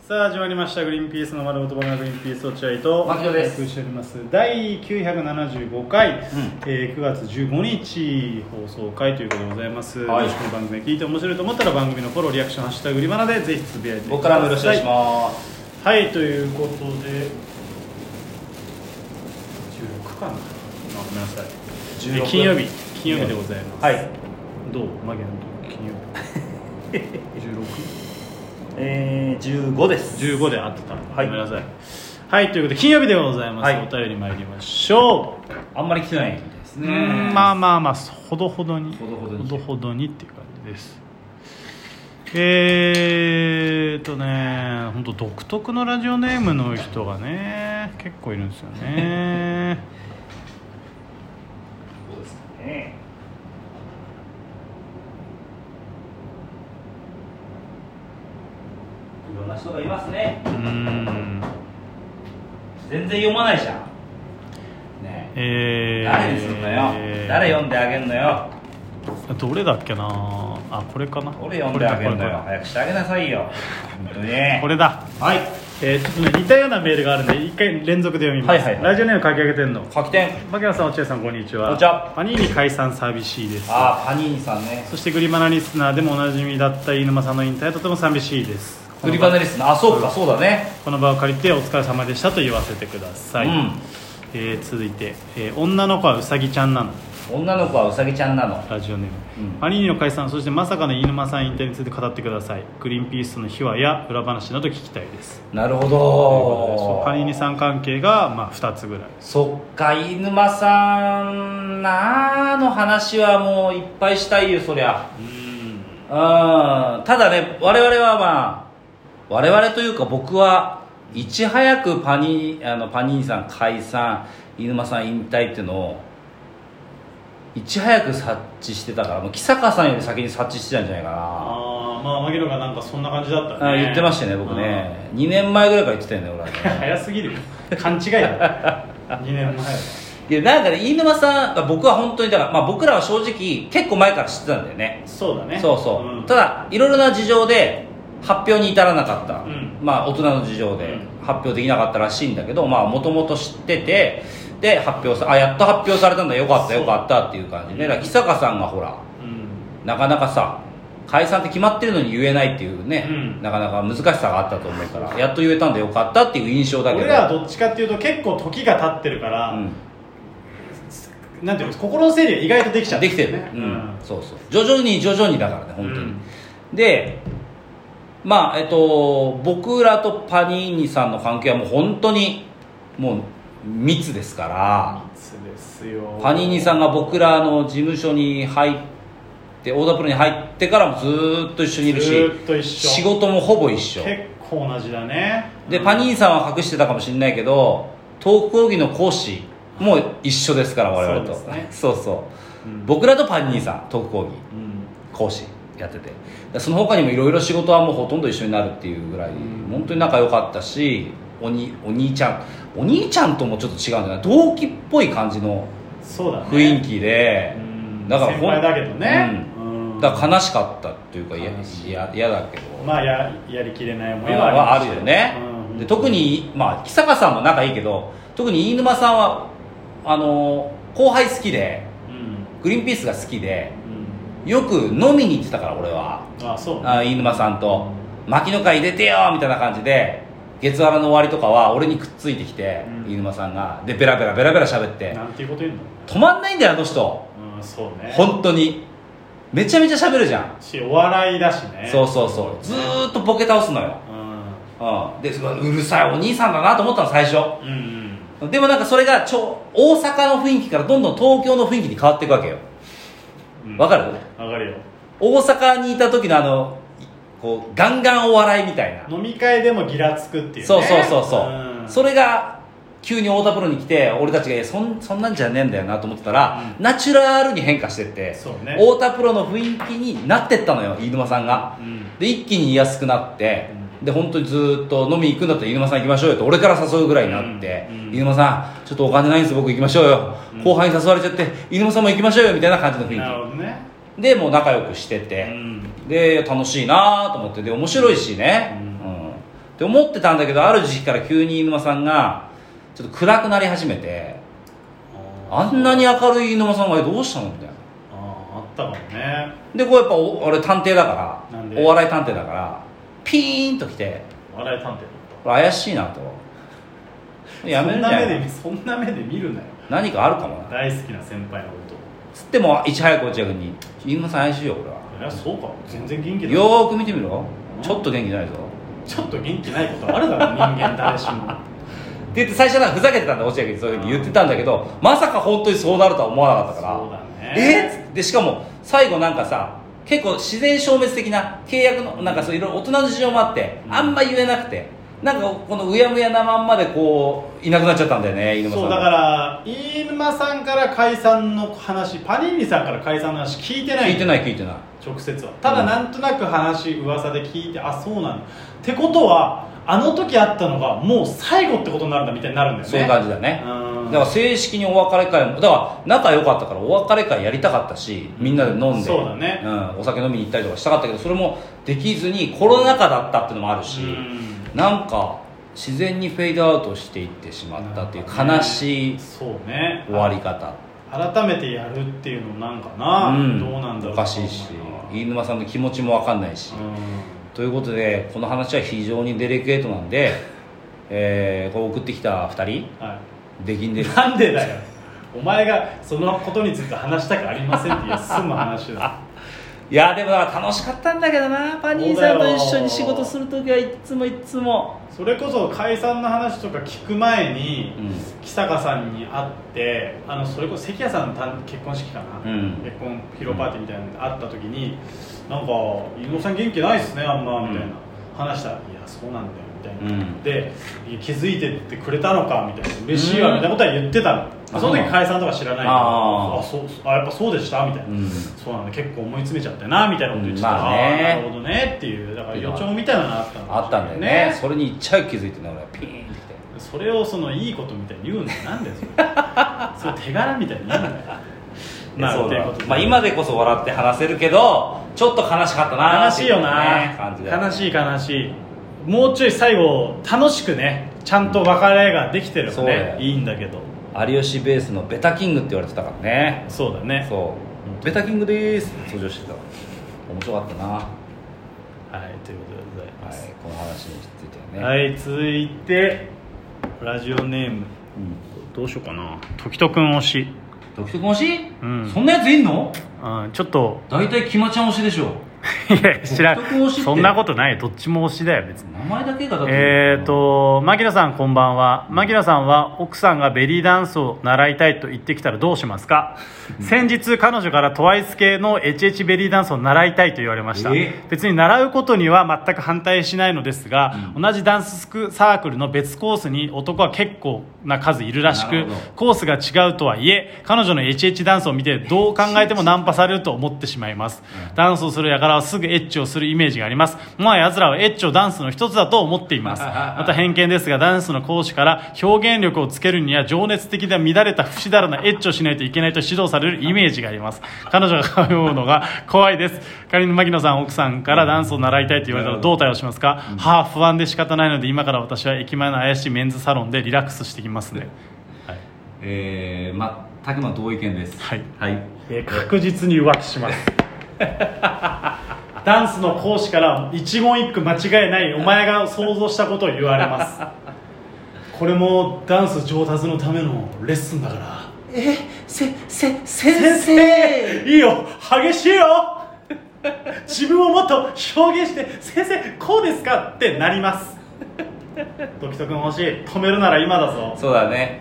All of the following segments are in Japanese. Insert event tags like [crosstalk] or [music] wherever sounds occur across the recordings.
さあ始まりました「グリーンピースの丸言葉のグリーンピース落合」と牧野ですお送りしております第975回、えー9月15日放送回ということでございます、はいもしこの番組聞いて面白いと思ったら番組のフォローリアクション「ハッシュタググリマナ」でぜひつぶやいてください僕からもよろしくお願いしますはいということで16かなあごめんなさい16え金曜日金曜日でございます、はいどうマギの金曜日 16? えー、15です15で合ってた、はいごめんなさいはいということで金曜日でございます、はいお便り参りましょうあんまり来てないみたいですうねんまあまあまあほどほどにほどほどにほどにっていう感じですえーっとね本当独特のラジオネームの人がね結構いるんですよねそうですねいろんな人がいますねうん全然読まないじゃんねええー、誰にすんのよ、誰読んであげんのよどれだっけなあこれかな俺読んであげんのよこれだ早くしてあげなさいよ本当にこれだはいえー、ちょっとね似たようなメールがあるんで一回連続で読みます、はいはいはいラジオネーム書き上げてんの書き点槙野さん落合さんこんにちはこんにちはパニーニ解散寂しいですああパニーニさんねそしてグリバナリスナーでもおなじみだった飯沼さんの引退はとても寂しいです売り場のリススナーあそうかそうだねこの場を借りてお疲れ様でしたと言わせてください、うんえー続いて、えー女の子はうさぎちゃんなの」女の子はうさぎちゃんなのラジオネーム、うんパニーニの解散そしてまさかの飯沼さん引退について語ってくださいグリーンピースとの秘話や裏話など聞きたいですなるほということでそうどパニーニさん関係が、まあ、2つぐらいそっか飯沼さんなあの話はもういっぱいしたいよそりゃうんうんただね我々はまあ我々というか僕はいち早くパニあのパニーニさん解散飯沼さん引退っていうのをいち早く察知してたからもう木坂さんより先に察知してたんじゃないかなああまあ槙野がなんかそんな感じだったあね言ってましたね僕ね2年前ぐらいから言ってたよね俺はあーね [laughs] 早すぎるよ勘違いだ2年前いやなんかね飯沼さんあ僕は本当にだから、まあ、僕らは正直結構前から知ってたんだよねそうだねそうそう、んただいろいろな事情で発表に至らなかった、うんまあ大人の事情でうん発表できなかったらしいんだけどまあもともと知っててで発表さあやっと発表されたんだよかったそうよかったっていう感じで、ね、だから木坂さんがほらうんなかなかさ解散って決まってるのに言えないっていうね、うんなかなか難しさがあったと思うからやっと言えたんでよかったっていう印象だけど俺らはどっちかっていうと結構時が経ってるから、うんなんていうの心の整理が意外とできちゃってできてるね、うんそうそう徐々に徐々にだからね本当に、うんでまあえっと僕らとパニーニさんの関係はもう本当にもう密ですから密ですよパニーニさんが僕らの事務所に入ってオーダープロに入ってからもずーっと一緒にいるしずーっと一緒仕事もほぼ一緒結構同じだねでパニーニさんは隠してたかもしれないけどトーク講義の講師も一緒ですから我々そとうですねそうそううん僕らとパニーニさんトーク講義うん講師やっててでその他にもいろいろ仕事はもうほとんど一緒になるっていうぐらい、ん本当に仲良かったしおにお兄ちゃんお兄ちゃんともちょっと違うんじゃない同期っぽい感じのそうだね雰囲気気で、だから先ほん輩だけどね、うんだから悲しかったっていうか嫌悲しい嫌嫌だけど、まあややりきれない思いははあありるましよたね、うんで特に、まあ、木坂さんも仲いいけど特に飯沼さんはあの後輩好きでうんグリーンピースが好きでうんよく飲みに行ってたから俺はあそうあ飯沼さんと「牧野会入れてよ!」みたいな感じで月原の終わりとかは俺にくっついてきて、うん飯沼さんがでベラベラベラベラ喋ってなんていうこと言うの止まんないんだよあの人うんそうね本当にめちゃめちゃ喋るじゃん、しお笑いだしねそうそうそうずーっとボケ倒すのよ、うんうん、ですごいうるさいお兄さんだなと思ったの最初うんうんでもなんかそれがちょ大阪の雰囲気からどんどん東京の雰囲気に変わっていくわけようんわかるわかるよ大阪にいた時のあのこうガンガンお笑いみたいな飲み会でもギラつくっていうねそうそうそうそんう、それが急に太田プロに来て俺たちがいやそんそんなんじゃねえんだよなと思ってたら、うナチュラルに変化してって、そうね太田プロの雰囲気になってったのよ飯沼さんがうんで一気に言いやすくなって、で本当にずーっと飲み行くんだったら飯沼さん行きましょうよって俺から誘うぐらいになって、うんうん飯沼さんちょっとお金ないんです僕行きましょうよ、うん後輩に誘われちゃって飯沼さんも行きましょうよみたいな感じのなる雰囲ほどね気でもう仲良くしてて、うんで楽しいなと思ってで面白いしね、ううんんって思ってたんだけどある時期から急に犬沼さんがちょっと暗くなり始めてあんなに明るい犬沼さんがえどうしたのみたいなあああったかもねでこうやっぱお俺探偵だかなんらでお笑い探偵だからピーンと来て笑い探偵だっこれ怪しいなとたやめるんじゃそんな目なでいそんな目で見るなよ何かあるかもな大好きな先輩のことつってもいち早く落合君に「犬沼さん怪しいよ俺は」いやそうか全然元気だよーく見てみろちょっと元気ないぞちょっと元気ないことあるだろ人間誰しもって言って最初なんかふざけてたんだ落合君にそういう時言ってたんだけどまさか本当にそうなるとは思わなかったからそうだねえっつってでしかも最後なんかさ結構自然消滅的な契約のなんかそういろいろ大人の事情もあってうんあんま言えなくてなんかこのうやむやなまんまでこういなくなっちゃったんだよね犬間さんそうだから飯沼さんから解散の話パニーニさんから解散の話聞いてない聞いてない聞いてない直接はただなんとなく話噂で聞いてあそうなんだってことはあの時あったのがもう最後ってことになるんだみたいになるんだよねそういう感じだねうんだから正式にお別れ会もだから仲良かったからお別れ会やりたかったしみんなで飲んでそうだねうん、お酒飲みに行ったりとかしたかったけどそれもできずにコロナ禍だったっていうのもあるし、うんなんか自然にフェードアウトしていってしまったっていう悲しいそうね終わり方、改めてやるっていうのなんかな、うんどうなんだろうおかしいし飯沼さんの気持ちも分かんないし、うということでこの話は非常にデリケートなんで、 [laughs] えー、これ送ってきた2人んは出禁でい、すなんでだよお前がそのことについて話したくありませんっていう済む話 [laughs] だいやでもなんか楽しかったんだけどなパニーさんと一緒に仕事する時はいっつもいっつもそれこそ解散の話とか聞く前に、う木坂さんに会ってあのそれこそ関谷さんの誕結婚式かな、うん結婚披露パーティーみたいなので会った時になんか「伊野さん元気ないっすねあんま」みたいな、うん話したら「いやそうなんだよ」みたいな、うんでいや気づいてってくれたのかみたいな嬉しいわみたいなことは言ってたの、あそのそうな時の解散とか知らないからあーあそうあやっぱそうでしたみたいな、うんそうなんだ結構思い詰めちゃったなみたいなこと言ってたうんまあねーなるほどねっていうだから予兆みたいなのがあったのあったんだよねそれにいっちゃう気づいてね俺はピーンってきてそれをそのいいことみたいに言うのなんだよそれそれ手柄みたいに言うんだよまあそうといだうことでまあ、今でこそ笑って話せるけどちょっと悲しかったな悲しいよってうなね感じだよね悲しい悲しいもうちょい最後楽しくねちゃんと別れができてればそうだねよいいんだけど有吉ベースのベタキングって言われてたからねそうだねそうベタキングでーすって登場してた面白かったなははいということでございますいこの話についてはね、はい、続いてラジオネームうん、どうしようかな時とくん推し独特推し、うんそんなやついんのあちょっと大体きまちゃん推しでしょいや知らん時とくん推しってそんなことないよどっちも推しだよ別に名前だけがだってえー、と牧野さんこんばんは牧野さんは奥さんがベリーダンスを習いたいと言ってきたらどうしますか先日彼女からトワイス系の HH ベリーダンスを習いたいと言われましたえ別に習うことには全く反対しないのですが、同じダンススクサークルの別コースに男は結構な数いるらしなるくほどコースが違うとはいえ彼女の HH ダンスを見てどう考えてもナンパされると思ってしまいますダンスをする輩はすぐエッチをするイメージがありますまあやつらはエッチをダンスの一つだと思っていますまた偏見ですがダンスの講師から表現力をつけるには情熱的で乱れた不死だらなエッチをしないといけないと指導されるイメージがあります彼女が通うのが怖いです仮に牧野さん奥さんからダンスを習いたいと言われたらどう対応しますか、はあ不安で仕方ないので今から私は駅前の怪しいメンズサロンでリラックスしてきますねえー、まあ竹間同意見ですはいはいえー確実に浮気しますダンスの講師から一言一句間違いないお前が想像したことを言われますこれもダンス上達のためのレッスンだからえせせ先先生いいよ激しいよ自分をもっと表現して先生こうですかってなります時人君欲しい止めるなら今だぞそうだね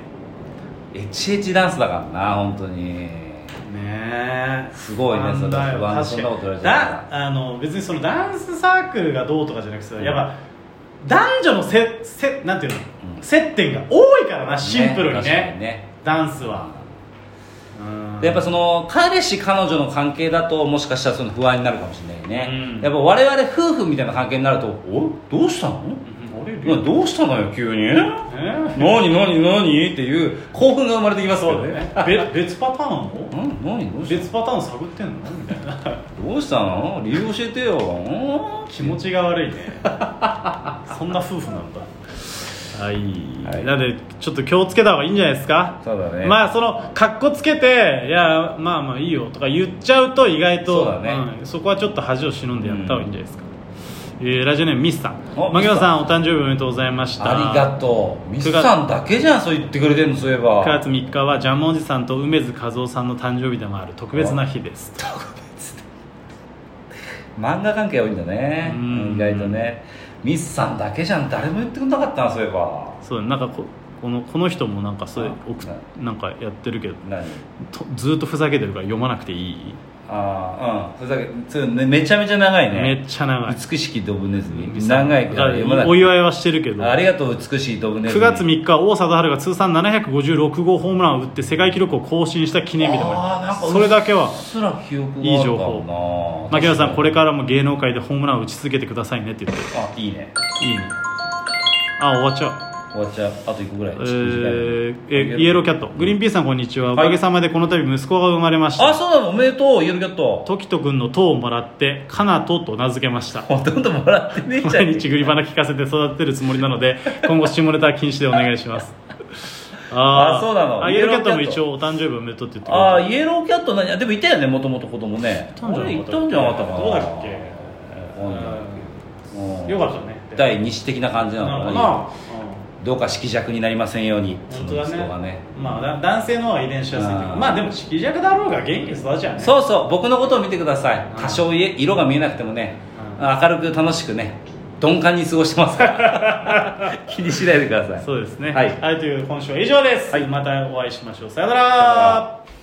HH ダンスだからな本当にねえすごいねなんだよそれ不安確かなにそんなこと言われちゃったらだあの別にそのダンスサークルがどうとかじゃなくてさ、やっぱ男女のせせなんていうの、うん接点が多いからなシンプルにね確かにねダンスはうんでやっぱその彼氏彼女の関係だともしかしたらその不安になるかもしれないね、うんやっぱ我々夫婦みたいな関係になると「おどうしたのうん俺などうしたのよ急にえ何何何?」っていう興奮が生まれてきますそようだねねべ別パターンをうん何どうした別パターン探ってんのみたいなどどうしたの理由教えてようん気持ちが悪い [laughs] ねそんな夫婦なんだはい、はいなのでちょっと気をつけた方がいいんじゃないですかそうだねまあそのかっこつけていやまあまあいいよとか言っちゃうと意外とそうだねんそこはちょっと恥を忍んでやった方がいいんじゃないですか、えーラジオネームミスさんお牧野さんお誕生日おめでとうございましたありがとうミスさんだけじゃんそう言ってくれてんのそういえば9月3日はジャムおじさんと梅津和夫さんの誕生日でもある特別な日です漫画関係多いんだねうん意外とねミスさんだけじゃん誰も言ってくんなかったなそういえばそうなんかここのこの人もなんかそれ送っはなんかやってるけど何とずーっとふざけてるから読まなくていい、ああうんふざけそれねめちゃめちゃ長いめねっちゃ長い美しきドブネズミ長いから読まなお祝いいはしてるけどあ9りがとう美しいドブネズミ月3日は王貞治が通算756号ホームランを打って世界記録を更新した記念日でもあーあなんかるそれだけはうっすら記憶があるいい情かも報な牧野さんこれからも芸能界でホームランを打ち続けてくださいねって言ってあいいねいいねあ終わっちゃう終わっちゃうあと1個ぐらいえーえイエローキャットグリーンピースさんこんにちは、はいおかげさまでこの度息子が生まれましあたそうなのおめでとうイエローキャットトキト君の塔をもらってカナトと名付けま [laughs] したほとんどもらってねえじゃん毎日グリバナ聞かせて育ててるつもりなの [laughs] で今後下ネタは禁止でお願いしますーあそうなのあイエローキャットもイエローキャ一ッ応お誕生日おめでとうって言ってくれあたあイエローキャット何あでもいたよねもともと子供ねいたんじゃなかったっけあれいたんじゃなかったかなどうだっけわかんないうんよかったね第二子的な感じななるのほかどななどうか色弱になりませんように本当だその息子がねまあだ男性の方が遺伝しやすいけどうんまあでも色弱だろうが元気に育ちゃうねそうそう僕のことを見てください多少いえ色が見えなくてもねう明るく楽しくね鈍感に過ごしてますから [laughs] 気にしないでくださいそうですねはいという今週は以上ですはいまたお会いしましょうさよなよならら